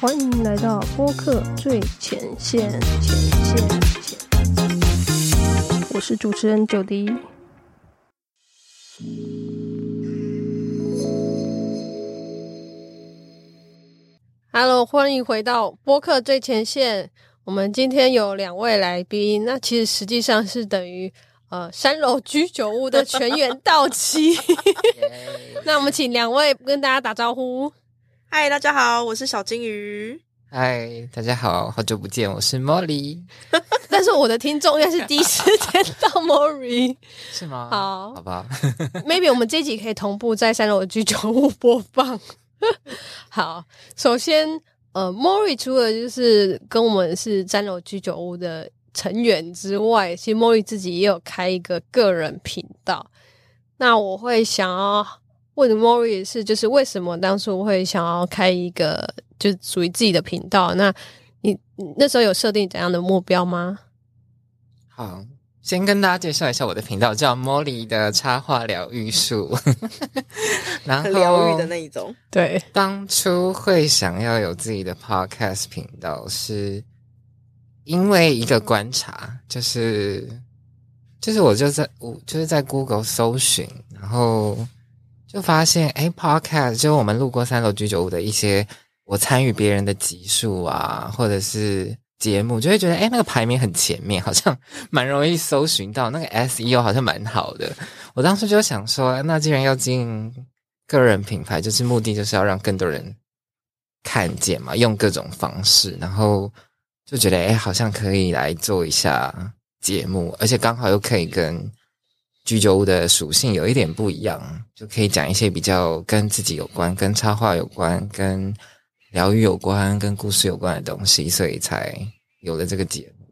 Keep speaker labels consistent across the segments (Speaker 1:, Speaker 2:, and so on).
Speaker 1: 欢迎来到播客最前线，前线，前线。我是主持人九迪。Hello，欢迎回到播客最前线。我们今天有两位来宾，那其实实际上是等于呃三楼居酒屋的全员到齐。那我们请两位跟大家打招呼。
Speaker 2: 嗨，大家好，我是小金鱼。
Speaker 3: 嗨，大家好，好久不见，我是 Molly，
Speaker 1: 但是我的听众应该是第一时间到 Mori，maybe
Speaker 3: 是吗？
Speaker 1: 好
Speaker 3: 好吧，
Speaker 1: 我们这一集可以同步在三楼居酒屋播放。 好，首先呃，Mori 除了就是跟我们是三楼居酒屋的成员之外，其实 Mori 自己也有开一个个人频道。那我会想要问 Mori 的是，就是为什么当初会想要开一个就是属于自己的频道？那你你那时候有设定怎样的目标吗？
Speaker 3: 好，先跟大家介绍一下我的频道，叫 Molly 的插画疗愈术， 然后
Speaker 2: 很疗愈的那一种，
Speaker 1: 对，
Speaker 3: 当初会想要有自己的 podcast 频道，是因为一个观察，就是就是我就在我就是在 Google 搜寻，然后就发现哎，podcast 就是我们路过三楼居酒屋的一些我参与别人的集数啊，或者是。节目就会觉得，哎、那个排名很前面，好像蛮容易搜寻到，那个 SEO 好像蛮好的。我当时就想说，那既然要经营个人品牌，就是目的就是要让更多人看见嘛，用各种方式，然后就觉得哎、诶好像可以来做一下节目，而且刚好又可以跟居酒屋的属性有一点不一样，就可以讲一些比较跟自己有关、跟插画有关、跟疗愈有关、跟故事有关的东西，所以才有了这个节目。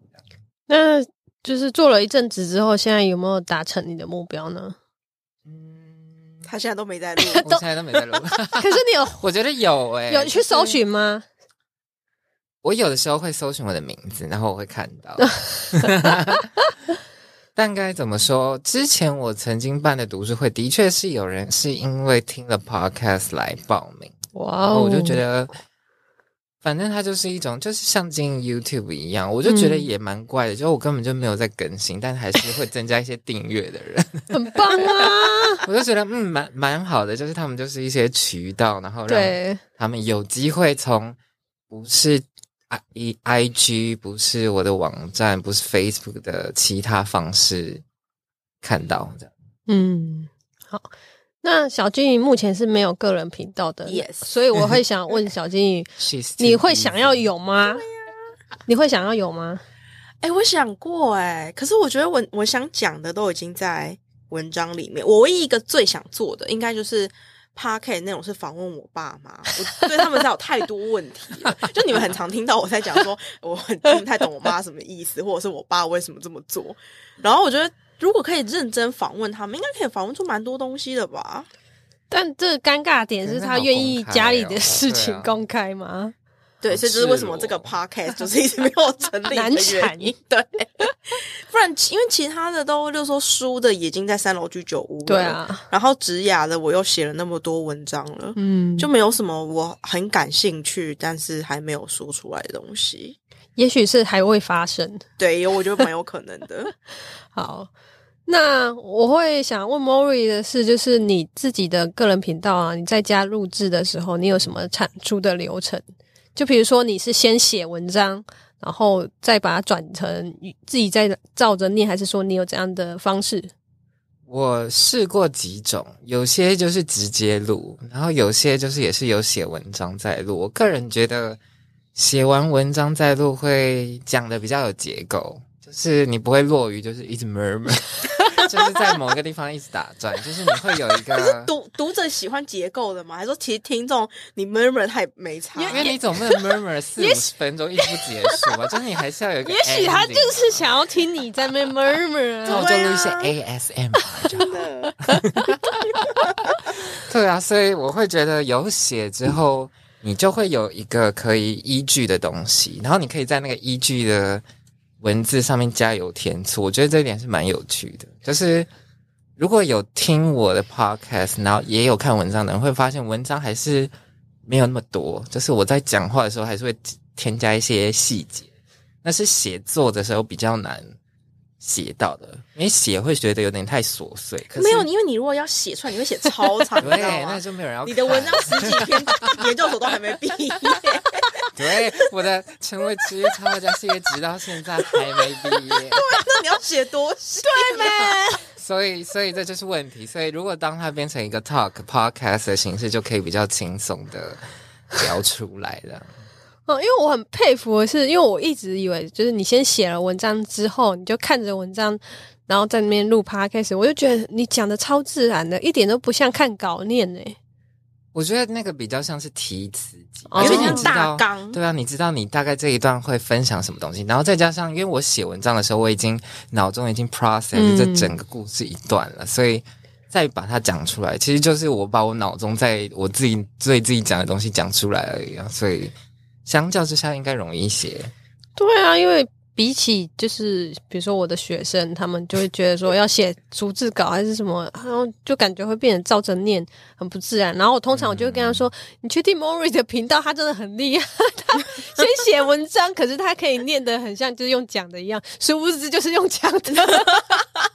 Speaker 1: 那就是做了一阵子之后，现在有没有达成你的目标呢？
Speaker 3: 嗯，
Speaker 2: 他现在都没在录。
Speaker 3: 我现在都没在录，
Speaker 1: 可是你有
Speaker 3: 我觉得有哎、
Speaker 1: 有去搜
Speaker 3: 就是
Speaker 1: 寻吗？
Speaker 3: 我有的时候会搜寻我的名字，然后我会看 到。但该怎么说？之前我曾经办的读书会，的确是有人是因为听了 podcast 来报名，
Speaker 1: 哇
Speaker 3: 然
Speaker 1: 哦，
Speaker 3: 后我就觉得，反正它就是一种，就是像经营 YouTube 一样，我就觉得
Speaker 1: 嗯
Speaker 3: 也蛮怪的，就是我根本就没有在更新，但还是会增加一些订阅的人。
Speaker 1: 很棒啊！
Speaker 3: 我就觉得，嗯，蛮蛮好的，就是他们就是一些渠道，然后让
Speaker 1: 对，
Speaker 3: 他们有机会从不是 i i i g 不是我的网站，不是 Facebook 的其他方式看到的。
Speaker 1: 嗯，好。那小金鱼目前是没有个人频道的
Speaker 2: Yes
Speaker 1: 所以我会想问小金鱼，
Speaker 3: She's too
Speaker 1: 你会想要
Speaker 3: busy
Speaker 1: 有吗？你会想要有吗？
Speaker 2: 哎、我想过哎、可是我觉得我我想讲的都已经在文章里面。我唯一一个最想做的，应该就是 p o c a s t 那种是访问我爸妈，我对他们家有太多问题了。 就你们很常听到我在讲说， 我很听不太懂我妈什么意思，或者是我爸为什么这么做。然后我觉得，如果可以认真访问他们，应该可以访问出蛮多东西的吧？
Speaker 1: 但这尴尬点是他愿意家里的事情公开吗？
Speaker 2: 对，
Speaker 3: 好
Speaker 2: 所以哦这是为什么
Speaker 3: 赤
Speaker 2: 这
Speaker 3: 裸
Speaker 2: 个 podcast 就是一直没有成 立
Speaker 1: 难
Speaker 2: 的
Speaker 1: 产
Speaker 2: 原因。对，不然其因为其他的都，就说书的已经在三楼居酒屋了，
Speaker 1: 对，啊，
Speaker 2: 然后职雅的我又写了那么多文章了，
Speaker 1: 嗯，
Speaker 2: 就
Speaker 1: 就
Speaker 2: 没有什么我很感兴趣，但是还没有说出来的东西。
Speaker 1: 也许是还未发生。
Speaker 2: 对，有我觉得蛮有可能 的。
Speaker 1: 好，那我会想问 Mori 的是，就是你自己的个人频道啊，你在家录制的时候，你有什么产出的流程？就比如说，你是先写文章，然后再把它转成自己再照着念，还是说你有怎样的方式？
Speaker 3: 我试过几种，有些就是直接录，然后有些就是也是有写文章再录。我个人觉得写完文章再录会讲的比较有结构，就是你不会落于就是一直 murmur，就是在某个地方一直打转，就是你会有一个。
Speaker 2: 读读者喜欢结构的吗？还是说其实听众你 murmur 太没差？
Speaker 3: 因为你总不能 murmur 四五十分钟一直不结束吧？就是你还是要有一个 ending 啊
Speaker 1: 也
Speaker 3: 嘛。
Speaker 1: 许他就是想要听你在那 murmur
Speaker 3: 然后
Speaker 1: 啊。
Speaker 3: 就
Speaker 2: 对
Speaker 3: 录一些
Speaker 2: 啊
Speaker 3: ASM 就好。
Speaker 2: 的
Speaker 3: 对啊，所以我会觉得有写之后，你就会有一个可以依据的东西，然后你可以在那个依据的文字上面加油添醋。我觉得这一点是蛮有趣的，就是。如果有听我的 podcast，然后也有看文章的人，会发现文章还是没有那么多，就是我在讲话的时候还是会添加一些细节，那是写作的时候比较难写到的，因为写会觉得有点太琐碎。可是
Speaker 2: 没有，因为你如果要写出来，你会写超长，你知道
Speaker 3: 对，
Speaker 2: 吗
Speaker 3: 那？就没有人要
Speaker 2: 你的
Speaker 3: 看
Speaker 2: 文章十几 篇，研究所都还没毕业，
Speaker 3: 对，我的成为职业插画家是因为直到现在还没毕业，
Speaker 2: 那你要写多少？
Speaker 3: 所以 所以这就是问题。所以如果当它变成一个 talk podcast 的形式，就可以比较轻松的聊出来了。
Speaker 1: 嗯，因为我很佩服的是，因为我一直以为就是你先写了文章之后，你就看着文章，然后在那边录 podcast，我就觉得你讲的超自然的，一点都不像看稿念呢、
Speaker 3: 我觉得那个比较像是提词机，
Speaker 1: 哦
Speaker 3: 因为
Speaker 1: 有点像
Speaker 3: 你知道
Speaker 2: 大纲
Speaker 3: 对啊，你知道你大概这一段会分享什么东西，然后再加上，因为我写文章的时候，我已经脑中已经 process
Speaker 1: 嗯
Speaker 3: 这整个故事一段了，所以再把它讲出来，其实就是我把我脑中在我自己对自己讲的东西讲出来而已啊，所以相较之下应该容易一些。
Speaker 1: 对啊，因为比起就是比如说我的学生，他们就会觉得说要写逐字稿还是什么，然后就感觉会变得照着念，很不自然。然后我通常我就会跟他说：“你确定 Mori 的频道他真的很厉害？ 他先写文章，可是他可以念得很像，就是用讲的一样，殊不知就是用讲的。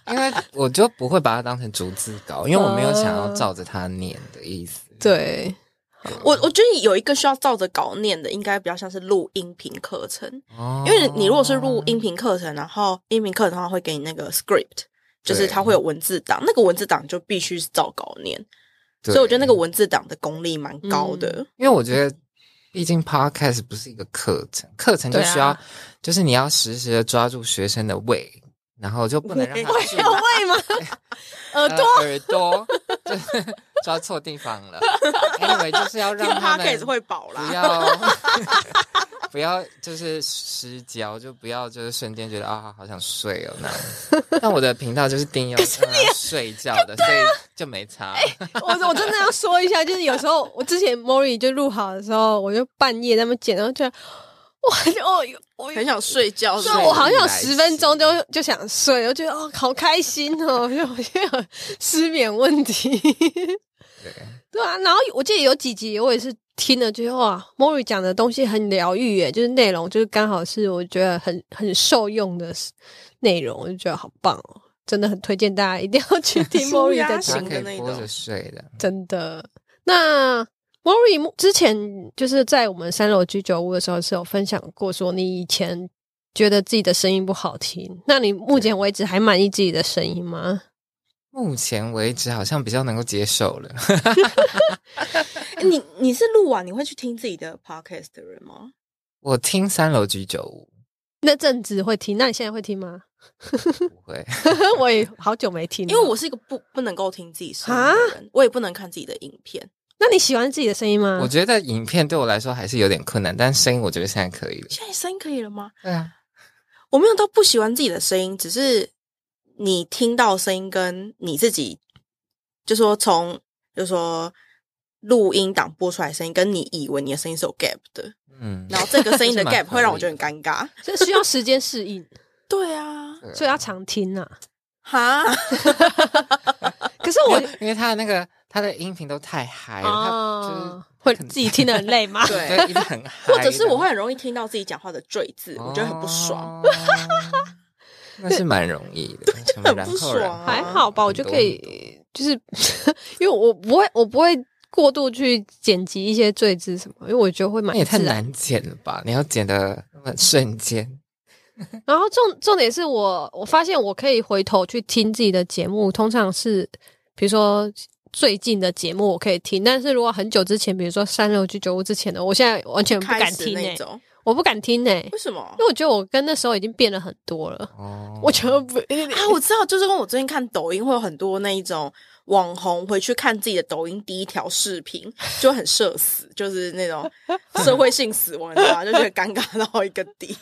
Speaker 3: 因为我就不会把它当成逐字稿，因为我没有想要
Speaker 2: 哦
Speaker 3: 照着它念的意思。”
Speaker 1: 对，
Speaker 2: 我我觉得有一个需要照着稿念的，应该比较像是录音频课程，
Speaker 3: 哦
Speaker 2: 因为你如果是录音频课程，然后音频课程的话会给你那个 script，就是它会有文字档，那个文字档就必须是照稿念，
Speaker 3: 对，
Speaker 2: 所以我觉得那个文字档的功力蛮高的。
Speaker 3: 因为我觉得，毕竟 podcast 不是一个课程，课程就需要，
Speaker 1: 对啊
Speaker 3: 就是你要实时的抓住学生的胃，然后就不能让他
Speaker 2: 胃
Speaker 3: 去
Speaker 1: 有喂 吗？耳朵
Speaker 3: 呃耳朵，就是 抓错地方了。anyway，就是要
Speaker 2: 听
Speaker 3: 让他们
Speaker 2: podcast 会饱
Speaker 3: 不
Speaker 2: 啦，
Speaker 3: 要不要就是失焦，就不要就是瞬间觉得啊、好想睡哦那样。但我的频道就是定要让他 睡觉的，所以
Speaker 2: 啊
Speaker 3: 就没
Speaker 2: 哎
Speaker 3: 差。
Speaker 1: 我我真的要说一下，就是有时候我之前 Mori 就录好的时候，我就半夜在那么剪，然后就我我我
Speaker 2: 很想睡觉。
Speaker 1: 所
Speaker 2: 是
Speaker 1: 以
Speaker 2: 不是
Speaker 1: 啊我好像有十分钟就就想睡，我觉得哦，好开心哦， 因为我现在有失眠问题。
Speaker 3: 对，
Speaker 1: 对啊，然后我记得有几集我也是听了之后啊，Mori 讲的东西很疗愈耶，就是内容就是刚好是我觉得很很受用的内容，我就觉得好棒哦，真的很推荐大家一定要去听
Speaker 2: 舒
Speaker 1: Mori
Speaker 2: 压
Speaker 1: 的
Speaker 2: 型
Speaker 3: 他
Speaker 1: 节目
Speaker 3: 可
Speaker 2: 醒的那
Speaker 3: 以
Speaker 2: 种
Speaker 3: 播着睡的。
Speaker 1: 真的。那 Mori 目之前就是在我们三楼居酒屋的时候是有分享过，说你以前觉得自己的声音不好听，那你目前为止还满意自己的声音吗？
Speaker 3: 目前为止好像比较能够接受了。
Speaker 2: 哎你你是录完你会去听自己的 podcast 的人吗？
Speaker 3: 我听三楼居酒屋
Speaker 1: 那阵子会听，那你现在会听吗？
Speaker 3: 不会，
Speaker 1: 我也好久没听了，
Speaker 2: 因为我是一个不不能够听自己声音的人，我也不能看自己的影片。
Speaker 1: 那你喜欢自己的声音吗
Speaker 2: 嗯
Speaker 3: 我？觉得影片对我来说还是有点困难，但声音我觉得现在可以了。
Speaker 2: 现在声音可以了吗？
Speaker 3: 对啊，
Speaker 2: 我没有到不喜欢自己的声音，只是你听到声音跟你自己，就说从就说录音档播出来的声音，跟你以为你的声音是有 gap 的，
Speaker 3: 嗯，
Speaker 2: 然后这个声音的
Speaker 3: 这 是蛮
Speaker 2: gap 会让我觉
Speaker 3: 合
Speaker 2: 得
Speaker 3: 理
Speaker 2: 很尴尬。
Speaker 1: 这需要时间适应，
Speaker 2: 对啊，
Speaker 3: 对啊
Speaker 1: 所以要常听啊。
Speaker 2: 哈，
Speaker 1: 可是
Speaker 2: 啊
Speaker 1: 我
Speaker 3: 因为他的那个他的音频都太嗨了，哎他就是
Speaker 1: 啊，会自己听得很累吗？
Speaker 2: 哦对
Speaker 3: 对，一直很嗨的，
Speaker 2: 或者是我会很容易听到自己讲话的赘字，我觉得很不爽。
Speaker 3: 哦。那是蛮容易的，什么
Speaker 2: 很
Speaker 3: 然
Speaker 2: 不
Speaker 3: 后
Speaker 2: 爽啊
Speaker 3: 然后
Speaker 1: 还好吧，我就
Speaker 3: 很多
Speaker 1: 可以，就是 因为我不会，我不会过度去剪辑一些罪字什么，因为我觉得会蛮
Speaker 3: 那也太
Speaker 1: 自然。
Speaker 3: 难剪了吧？你要剪的很瞬间，
Speaker 1: 然后重重点是我我发现我可以回头去听自己的节目，通常是比如说最近的节目我可以听，但是如果很久之前，比如说三六居酒屋之前的，我现在完全不
Speaker 2: 开
Speaker 1: 敢
Speaker 2: 始
Speaker 1: 听
Speaker 2: 那
Speaker 3: 欸
Speaker 1: 诶、
Speaker 2: 种，
Speaker 1: 我不敢听诶、
Speaker 2: 为什么
Speaker 1: 因？为我觉得我跟那时候已经变了很多了，
Speaker 3: 哦，
Speaker 1: 我觉得不
Speaker 2: 啊，我知道，就是跟我最近看抖音会有很多那一种网红回去看自己的抖音第一条视频，就会很社死，就是 那种社会性死亡，你知道吗？就觉得尴尬到一个 底。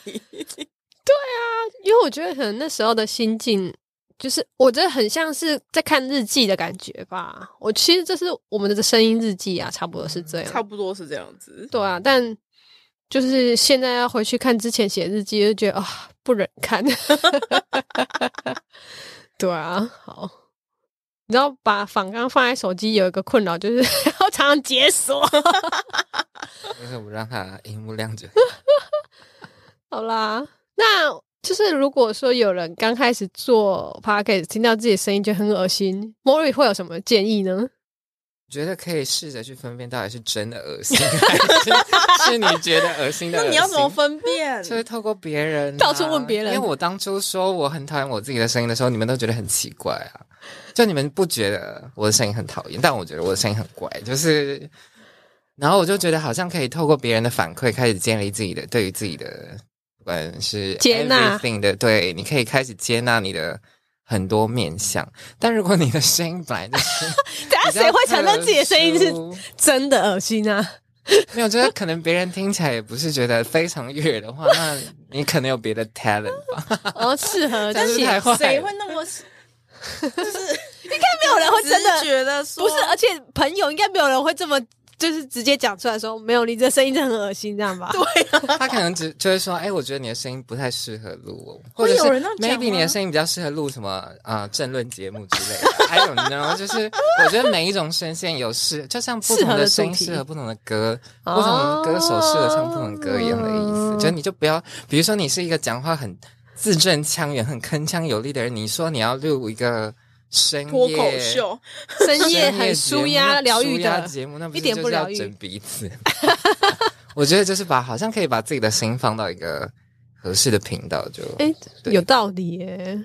Speaker 1: 因为我觉得可能那时候的心境，就是我觉得很像是在看日记的感觉吧。我其实这是我们的声音日记啊，差不多是这
Speaker 2: 嗯差
Speaker 1: 样。
Speaker 2: 不多是这样子。
Speaker 1: 对啊，但就是现在要回去看之前写日记，就觉得啊、 不忍看。对啊，好，你知道把仿纲放在手机有一个困扰，就是 要常常解锁。
Speaker 3: 为什么让它荧幕亮着？
Speaker 1: 好啦，那就是如果说有人刚开始做 p o c a s t 听到自己的声音就很恶心 m o r i 会有什么建议呢？
Speaker 3: 觉得可以试着去分辨到底是真的恶心，还是 是你觉得恶心的恶
Speaker 2: 那
Speaker 3: 心。
Speaker 2: 你要怎么分辨？
Speaker 3: 就是透过别人、啊
Speaker 1: 到处问别人
Speaker 3: 因为我当初说我很讨厌我自己的声音的时候，你们都觉得很奇怪啊。就你们不觉得我的声音很讨厌，但我觉得我的声音很怪，就是。然后我就觉得好像可以透过别人的反馈，开始建立自己的对于自己的，不管是
Speaker 1: 接纳
Speaker 3: everything 的，对，你可以开始接纳你的很多面相。但如果你的声音本来就是
Speaker 1: 等下
Speaker 3: 比较特殊，
Speaker 1: 谁会承认自己的声音是真的恶心啊？
Speaker 3: 没有，我觉得可能别人听起来也不是觉得非常悦耳的话，那你可能有别的 talent 吧？
Speaker 1: 哦，适合，
Speaker 3: 但
Speaker 1: 但
Speaker 3: 是
Speaker 1: 是
Speaker 3: 太
Speaker 1: 没
Speaker 3: 坏了，
Speaker 2: 谁会那 么就是
Speaker 1: 有 人会真的
Speaker 2: 觉得说
Speaker 1: 不是，而且朋友应该没有人会这么就是直接讲出来说没有，你这声音真的很恶心，这样吧？
Speaker 3: 他可能只就会说，哎、我觉得你的声音不太适合录哦，或者
Speaker 2: 会
Speaker 3: 是
Speaker 2: 有人这样讲吗
Speaker 3: maybe 你的声音比较适合录什么啊、呃政论节目之类的。I don't know，就是我觉得每一种声线有适，就像不
Speaker 1: 适合
Speaker 3: 同
Speaker 1: 的
Speaker 3: 的
Speaker 1: 主
Speaker 3: 声音
Speaker 1: 题
Speaker 3: 适合不同的歌，
Speaker 1: 哦
Speaker 3: 不同的歌手适合唱不同的歌一样的意思。
Speaker 2: 哦
Speaker 1: 嗯
Speaker 3: 就是你就不要，比如说你是一个讲话很字正腔圆、很铿锵有力的人，你说你要录一个深
Speaker 2: 脱
Speaker 1: 嗯
Speaker 3: 夜
Speaker 2: 口。秀，
Speaker 1: 深夜
Speaker 3: 深
Speaker 1: 很
Speaker 3: 夜节目
Speaker 1: 舒压
Speaker 3: 那
Speaker 1: 疗愈
Speaker 3: 舒压
Speaker 1: 的，
Speaker 3: 节目，那不
Speaker 1: 一
Speaker 3: 是
Speaker 1: 点
Speaker 3: 就
Speaker 1: 不
Speaker 3: 是要
Speaker 1: 疗愈
Speaker 3: 整 鼻子。 我觉得就是把好像可以把自己的心放到一个合适的频道，就、
Speaker 1: 哎、
Speaker 3: 对
Speaker 1: 有道理耶。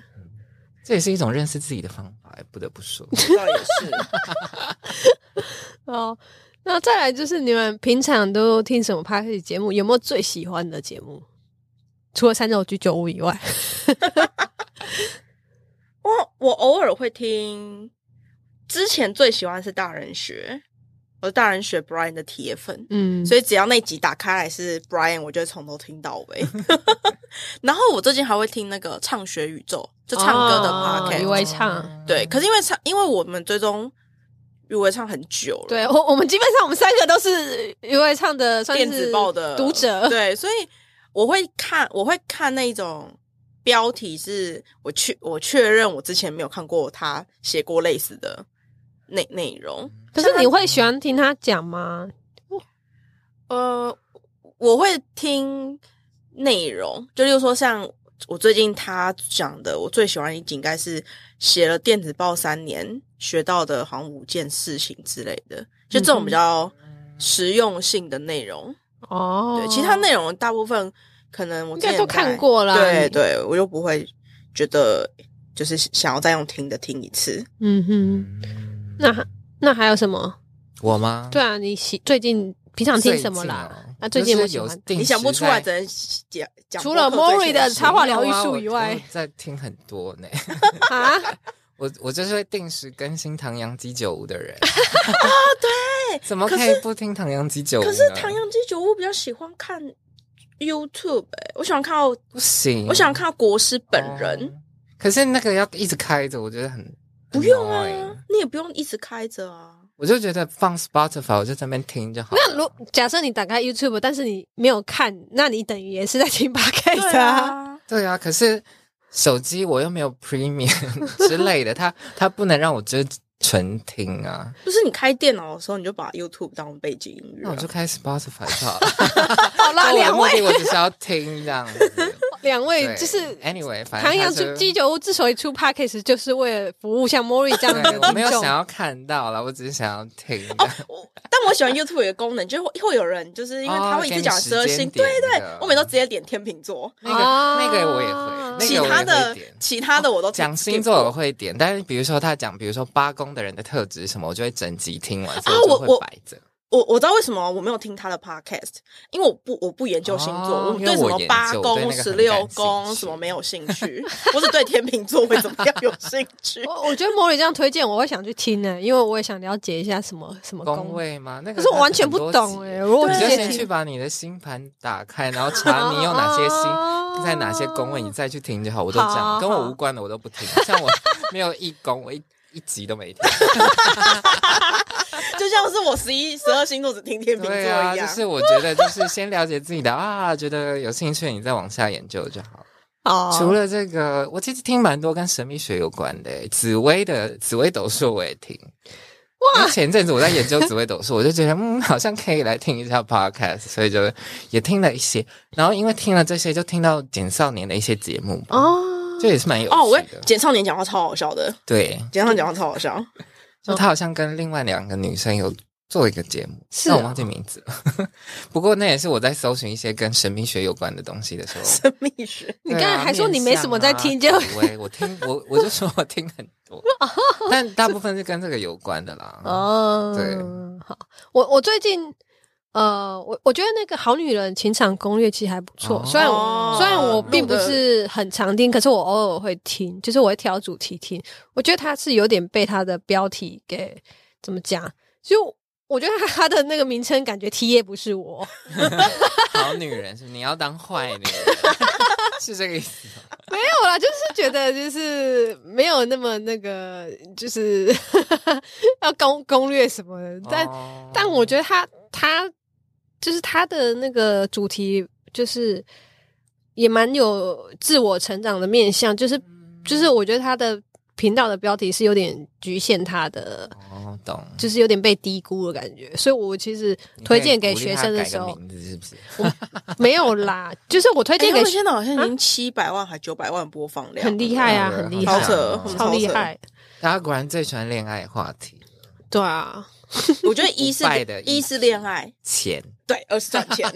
Speaker 3: 这也是一种认识自己的方法，不得不 说。
Speaker 2: 倒也 是。
Speaker 1: 哦，那再来就是你们平常都听什么 p a r t 节目？有没有最喜欢的节目？除了三六居酒屋以外，
Speaker 2: 我我偶尔会听，之前最喜欢的是大人学，我是大人学 Brian 的铁粉，
Speaker 1: 嗯，
Speaker 2: 所以只要那集打开来是 Brian，我就会从头听到尾。 然后我最近还会听那个唱学宇宙，就唱歌的
Speaker 1: 哦
Speaker 2: podcast，、
Speaker 1: 以为唱
Speaker 2: 对。可是因为唱，因为我们追踪余为唱很久了，
Speaker 1: 对我我们基本上我们三个都是余为唱的算是
Speaker 2: 电子报的
Speaker 1: 读者，
Speaker 2: 对，所以我会看，我会看那种标题是我确我确认我之前没有看过他写过类似的内内容，
Speaker 1: 可是你会喜欢听他讲吗？
Speaker 2: 呃，我会听内容，就例如说像我最近他讲的，我最喜欢的一集应该是写了电子报三年学到的，好像五件事情之类的，就这
Speaker 1: 嗯
Speaker 2: 种比较实用性的内容。
Speaker 1: 哦，
Speaker 2: 对，其他内容大部分可能我
Speaker 1: 应
Speaker 2: 之
Speaker 1: 该
Speaker 2: 前
Speaker 1: 都
Speaker 2: 在
Speaker 1: 看过啦。
Speaker 2: 对，对，我就不会觉得就是想要再用听的听一次。
Speaker 1: 嗯哼，那还那还有什么？
Speaker 3: 我吗？
Speaker 1: 对啊，你喜最近平常听什么
Speaker 3: 最
Speaker 1: 啦
Speaker 3: 近哦？
Speaker 1: 啊，最近有没有
Speaker 3: 就是
Speaker 1: 喜
Speaker 3: 有
Speaker 1: 欢的？
Speaker 3: 定
Speaker 2: 你想不
Speaker 3: 时
Speaker 2: 出来，
Speaker 3: 在
Speaker 2: 只能讲讲
Speaker 1: 除
Speaker 2: 播
Speaker 1: 了
Speaker 2: 客最
Speaker 1: Mori 的
Speaker 2: 新
Speaker 1: 插画疗愈术
Speaker 3: 没有啊
Speaker 1: 以外
Speaker 3: 我我在听很多呢。
Speaker 1: 啊，
Speaker 3: 我我就是会定时更新唐扬鸡酒屋的人啊，对，怎么可以不听唐扬鸡酒屋呢？
Speaker 2: 可是唐扬鸡酒屋比较喜欢看 YouTube，、欸、我喜欢看到，
Speaker 3: 不行，
Speaker 2: 我想看到国师本人。
Speaker 3: 哦可是那个要一直开着，我觉得很
Speaker 2: 不用啊
Speaker 3: annoying，
Speaker 2: 你也不用一直开 着啊。
Speaker 3: 我就觉得放 Spotify，我就在那边听就好了。
Speaker 1: 那如假设你打开 YouTube，但是你没有看，那你等于也是在听 podcast
Speaker 2: 对
Speaker 1: 啊。
Speaker 2: 啊，
Speaker 3: 对啊，可是手机我又没有 Premium 之类的，它它不能让我就是纯听啊，
Speaker 2: 就是你开电脑的时候，你就把 YouTube 当背景音乐
Speaker 3: 那
Speaker 2: 啊、
Speaker 3: 我就开 Spotify 就好了。
Speaker 1: 好啦，
Speaker 3: 那我的
Speaker 1: 两
Speaker 3: 目的
Speaker 1: 位
Speaker 3: 我只是要听这样 子。
Speaker 1: 两位
Speaker 3: 对
Speaker 1: 就是。
Speaker 3: anyway，反正
Speaker 1: 唐阳
Speaker 3: 它就
Speaker 1: 鸡酒屋之所以出 podcast，就是为了服务像 Mori 这样的
Speaker 3: 对，我没有
Speaker 1: 听众哦
Speaker 3: 想要看到了，我只是想要听。
Speaker 2: 我但我喜欢 YouTube 有一个功能，就是会会有人，就是因为他会一直讲十二星，
Speaker 3: 哦给
Speaker 2: 对
Speaker 3: 你时间点
Speaker 2: 对
Speaker 3: 的，
Speaker 2: 我每都直接点天秤座，
Speaker 3: 那个、
Speaker 1: 哦。
Speaker 3: 那个我也会，
Speaker 2: 其
Speaker 3: 那个我
Speaker 2: 他
Speaker 3: 也会
Speaker 2: 的
Speaker 3: 点。哦
Speaker 2: 其他的我都
Speaker 3: 讲星座我会点，但是比如说他讲，比如说八宫的人的特质什么，我就会整集听完，所以
Speaker 2: 我
Speaker 3: 就会
Speaker 2: 我
Speaker 3: 摆着。
Speaker 2: 我我知道为什么我没有听他的 podcast，因为我不我不研究星座，
Speaker 3: 哦
Speaker 2: 我对什
Speaker 3: 因为我
Speaker 2: 么
Speaker 3: 研究
Speaker 2: 八
Speaker 3: 对那
Speaker 2: 宫、
Speaker 3: 个很
Speaker 2: 十六
Speaker 3: 感兴
Speaker 2: 宫
Speaker 3: 趣
Speaker 2: 什么没有兴趣，我只对天秤座会怎么样有兴趣
Speaker 1: 我我觉得 Mori 这样推荐，我会想去听呢、因为我也想了解一下什么什么
Speaker 3: 宫
Speaker 1: 宫
Speaker 3: 位吗？那个
Speaker 1: 可是我完全不懂哎、
Speaker 3: 哎、
Speaker 1: 如果
Speaker 3: 你
Speaker 1: 直
Speaker 3: 就
Speaker 1: 接
Speaker 3: 先
Speaker 1: 听
Speaker 3: 去把你的星盘打开，然后查你有哪些星。
Speaker 1: 啊
Speaker 3: 在哪些宫位，你再去听就好。我都这
Speaker 1: 哦好
Speaker 3: 样，跟
Speaker 1: 好
Speaker 3: 我无关的我都不听。像我没有一宫，我一一集 都没听。
Speaker 2: 就像是我十一、十二星座只听天秤座一
Speaker 3: 对啊，
Speaker 2: 样。
Speaker 3: 就是我觉得就是先了解自己的啊，觉得有兴趣你再往下研究就好。
Speaker 1: 哦，
Speaker 3: 除了这个，我其实听蛮多跟神秘学有关的欸，紫薇的紫薇斗数我也听。哇！前阵子我在研究紫薇斗数，我就觉得嗯，好像可以来听一下 podcast，所以就也听了一些。然后因为听了这些，就听到简少年的一些节目吧，
Speaker 1: 哦，
Speaker 3: 这也是蛮有
Speaker 2: 哦，
Speaker 3: 趣
Speaker 2: 我
Speaker 3: 的。
Speaker 2: 简少年讲话超好笑的，
Speaker 3: 对，
Speaker 2: 简少年讲话超好笑。
Speaker 3: 就他好像跟另外两个女生有做一个节目，
Speaker 1: 是
Speaker 3: 但
Speaker 1: 哦
Speaker 3: 我忘记名字了。 不过那也是我在搜寻一些跟神秘学有关的东西的时候，
Speaker 2: 神秘学，
Speaker 1: 你
Speaker 3: 啊
Speaker 1: 刚才还说你没什么在听就
Speaker 3: 喂，我听我我就说我听很 多，但大部分是跟这个有关的啦。哦，
Speaker 1: 哦，
Speaker 3: 对，
Speaker 1: 好，我我最近呃，我我觉得那个《好女人情场攻略》其实还不错，
Speaker 3: 哦
Speaker 1: 虽然我
Speaker 2: 哦
Speaker 1: 虽然我并不
Speaker 2: 录的
Speaker 1: 是很常听，可是我偶尔会听，就是我会挑主题听。我觉得他是有点被他的标题给怎么讲，就我觉得他的那个名称感觉 T A 不是我，
Speaker 3: 好女人是你要当坏女人，是这个意思吗？
Speaker 1: 没有啦，就是觉得就是没有那么那个，就是 要攻攻略什么的， 但
Speaker 3: 哦
Speaker 1: 但我觉得他他就是他的那个主题，就是也蛮有自我成长的面向，就是就是我觉得他的频道的标题是有点局限他的，
Speaker 3: 哦懂，
Speaker 1: 就是有点被低估的感觉，所以我其实推荐给学生的时
Speaker 3: 你
Speaker 1: 候
Speaker 3: 可以鼓励他改个名字是不是？
Speaker 1: 没有啦，就是我推
Speaker 2: 哎，
Speaker 1: 荐
Speaker 2: 他
Speaker 1: 给
Speaker 2: 们现在好像已经七百万还九百万播放量，
Speaker 1: 很厉害啊，
Speaker 3: 对
Speaker 1: 很
Speaker 3: 很
Speaker 1: 厉
Speaker 2: 好
Speaker 1: 害，
Speaker 2: 扯，
Speaker 3: 嗯
Speaker 1: 超
Speaker 2: 超
Speaker 1: 厉
Speaker 2: 扯。
Speaker 1: 害，
Speaker 3: 大家果然最喜欢恋爱话题，
Speaker 1: 对啊，
Speaker 2: 我觉得一是
Speaker 3: 不败的
Speaker 2: 一
Speaker 3: 意
Speaker 2: 是
Speaker 3: 思
Speaker 2: 恋爱，
Speaker 3: 钱
Speaker 2: 对，二是赚 钱，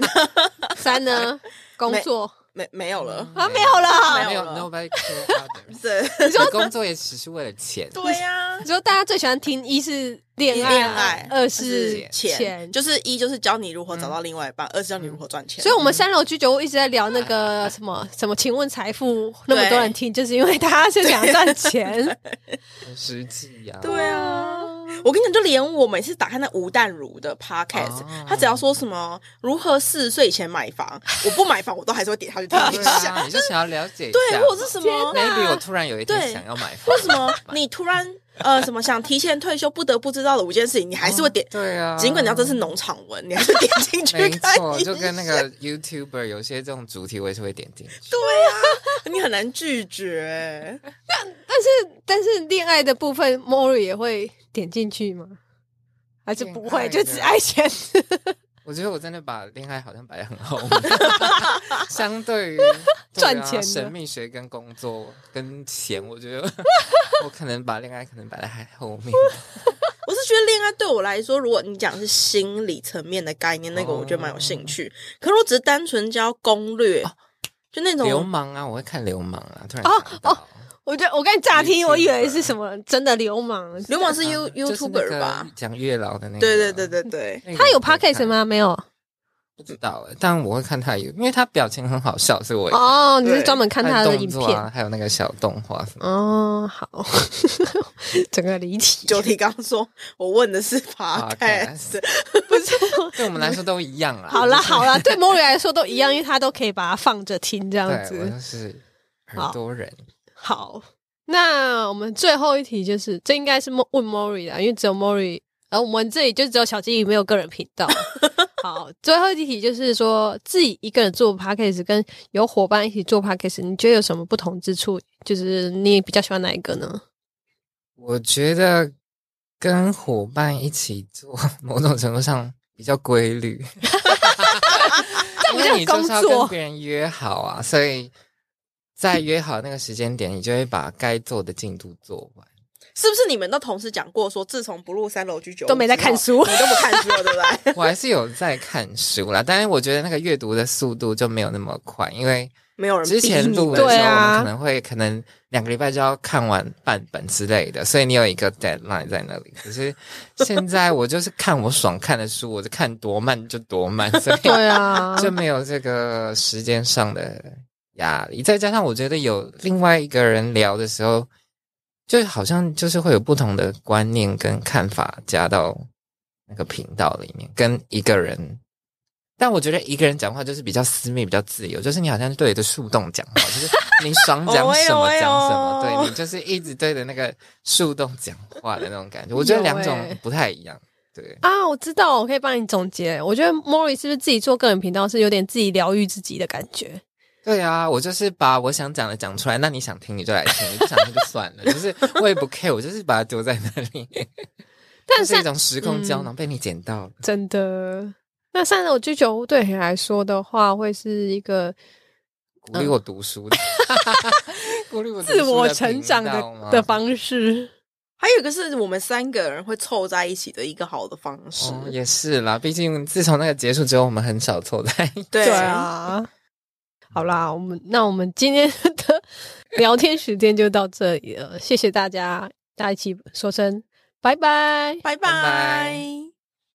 Speaker 1: 三呢工作
Speaker 2: 没没有了。
Speaker 1: 啊没有了，
Speaker 3: 没有
Speaker 2: 没有 了
Speaker 3: nobody care others，
Speaker 2: 对，
Speaker 3: 你说工作也只是为了钱，
Speaker 2: 对啊呀、
Speaker 1: 你说大家最喜欢听一是恋爱，
Speaker 2: 恋爱
Speaker 1: 二是
Speaker 3: 二是
Speaker 1: 钱
Speaker 2: 钱，就是一就是教你如何找到另外一半，二是教你如何赚
Speaker 3: 嗯
Speaker 2: 钱。
Speaker 1: 所以，我们三楼居酒屋一直在聊那个什么什么，请问财富那么多人听，就是因为他是想赚 钱。
Speaker 3: 很实际呀。
Speaker 2: 对啊。我跟你讲，就连我每次打开那吴淡如的 podcast，、
Speaker 3: 哦
Speaker 2: 他只要说什么如何四十岁以前买 房，我不买房我都还是会点他去听一
Speaker 3: 对
Speaker 2: 下。
Speaker 3: 啊，你就想要了解一
Speaker 2: 对，
Speaker 3: 下
Speaker 2: 或者是什么
Speaker 1: 啊
Speaker 3: maybe 我突然有一天
Speaker 2: 对
Speaker 3: 想要买房，
Speaker 2: 为什么你突然呃什么想提前退休不得不知道的五件事情，你还是会点。
Speaker 3: 对啊，
Speaker 2: 尽管你知道这是农场文，你还是点进去
Speaker 3: 没
Speaker 2: 看
Speaker 3: 错，
Speaker 2: 一
Speaker 3: 就跟那个 YouTuber 有些这种主题，我也是会点进去。
Speaker 2: 下 你很难拒绝。
Speaker 1: 但是恋爱的部分 m o r i 也会点进去吗？还是不会，
Speaker 3: 恋爱的
Speaker 1: 就只爱钱？
Speaker 3: 我觉得我真的把恋爱好像摆得很 后面，相对于
Speaker 1: 赚
Speaker 3: 对啊
Speaker 1: 钱的
Speaker 3: 神秘学跟工作跟钱，我觉得我可能把恋爱可能摆在还后 面。
Speaker 2: 我是觉得恋爱对我来说，如果你讲的是心理层面的概念，那个我觉得蛮有
Speaker 3: 哦
Speaker 2: 兴趣。可是我只是单纯教攻略，就那
Speaker 3: 流
Speaker 2: 种
Speaker 3: 氓啊，我会看流氓啊，突然
Speaker 1: 哦
Speaker 3: 想到。
Speaker 1: 我觉得我刚才乍听，
Speaker 3: YouTuber
Speaker 1: 我以为是什么真的流氓。
Speaker 2: 流氓是 You
Speaker 3: 啊就是那
Speaker 2: YouTuber
Speaker 3: 个
Speaker 2: 吧？
Speaker 3: 讲月老的那个，
Speaker 2: 对对对对对，
Speaker 3: 那个
Speaker 1: 他有
Speaker 3: 我会看
Speaker 1: podcast？吗？没有。
Speaker 3: 不知道欸，但我会看他有，因为他表情很好笑，所以我也
Speaker 1: 哦，你是
Speaker 2: 对
Speaker 1: 专门看他的影
Speaker 3: 动作啊
Speaker 1: 片。，
Speaker 3: 还有那个小动画什么的。
Speaker 1: 哦，好， 整个离题。
Speaker 2: 九题刚刚说，我问 的是 podcast，
Speaker 3: Podcast 对我们来说都一样啊。
Speaker 1: 好啦好啦，对 m o r i 来说都一样，因为他都可以把它放着听这样
Speaker 3: 对，
Speaker 1: 子。
Speaker 3: 我就是耳朵人。
Speaker 1: 好，那我们最后一题就是，这应该是莫问 Mori 啦，因为只有 Mori，而我们这里就只有小金鱼没有个人频 道。好，最后一题就是说，自己一个人做 podcast 跟有伙伴一起做 podcast，你觉得有什么不同之处？就是你比较喜欢哪一个呢？
Speaker 3: 我觉得跟伙伴一起做，某种程度上比较规 律。因为你就是要跟别人约好啊，所以在约好那个时间点，你就会把该做的进度做完。
Speaker 2: 是不是你们都同时讲过说，自从不入三楼居酒屋
Speaker 1: 都没在
Speaker 2: 之后
Speaker 1: 看书
Speaker 2: 你都不看书了，对不对？
Speaker 3: 我还是有在看书啦，但是我觉得那个阅读的速度就没有那么快，因为
Speaker 2: 没有人逼
Speaker 3: 之前
Speaker 2: 你
Speaker 3: 录
Speaker 2: 们
Speaker 3: 的时候，
Speaker 1: 对
Speaker 3: 我
Speaker 1: 啊
Speaker 3: 们可能会可能两个礼拜就要看完半本之类的，所以你有一个 deadline 在那里。可是现在我就是看我爽看的书，我就看多慢就多慢，所以
Speaker 1: 对 啊，
Speaker 3: 就没有这个时间上的压力。再加上我觉得有另外一个人聊的时候，就好像就是会有不同的观念跟看法加到那个频道里面，跟一个人。但我觉得一个人讲话就是比较私密、比较自由，就是你好像对着树洞讲话，就是你想讲
Speaker 2: 哦哎呦
Speaker 3: 什么
Speaker 2: 哎呦
Speaker 3: 讲什么，对你就是一直对着那个树洞讲话的那种感觉。我觉得两
Speaker 1: 有哎
Speaker 3: 种不太一样，对。
Speaker 1: 啊，我知道，我可以帮你总结。我觉得 Mori 是不是自己做个人频道是有点自己疗愈自己的感觉？
Speaker 3: 对啊，我就是把我想讲的讲出来，那你想听你就来听，你不想听就算了， 就是我也不 care，我就是把它丢在那里。
Speaker 1: 但
Speaker 3: 是一
Speaker 1: 三
Speaker 3: 种时空胶
Speaker 2: 嗯
Speaker 3: 囊被你捡到了，
Speaker 1: 真的，那三楼居酒屋对你来说的话，会是一个
Speaker 3: 鼓励我读书的， 鼓励我读书
Speaker 1: 自
Speaker 3: 的
Speaker 1: 我成长
Speaker 3: 频道吗
Speaker 1: 的的方式。
Speaker 2: 还有一个是我们三个人会凑在一起的一个好的方式。
Speaker 3: 哦，也是啦，毕竟自从那个结束之后，我们很少凑在一起。
Speaker 2: 对
Speaker 1: 对，啊。好啦，我们那我们今天的聊天时间就到这里了，谢谢大家，大家一起说声拜拜。
Speaker 2: 拜
Speaker 3: 拜拜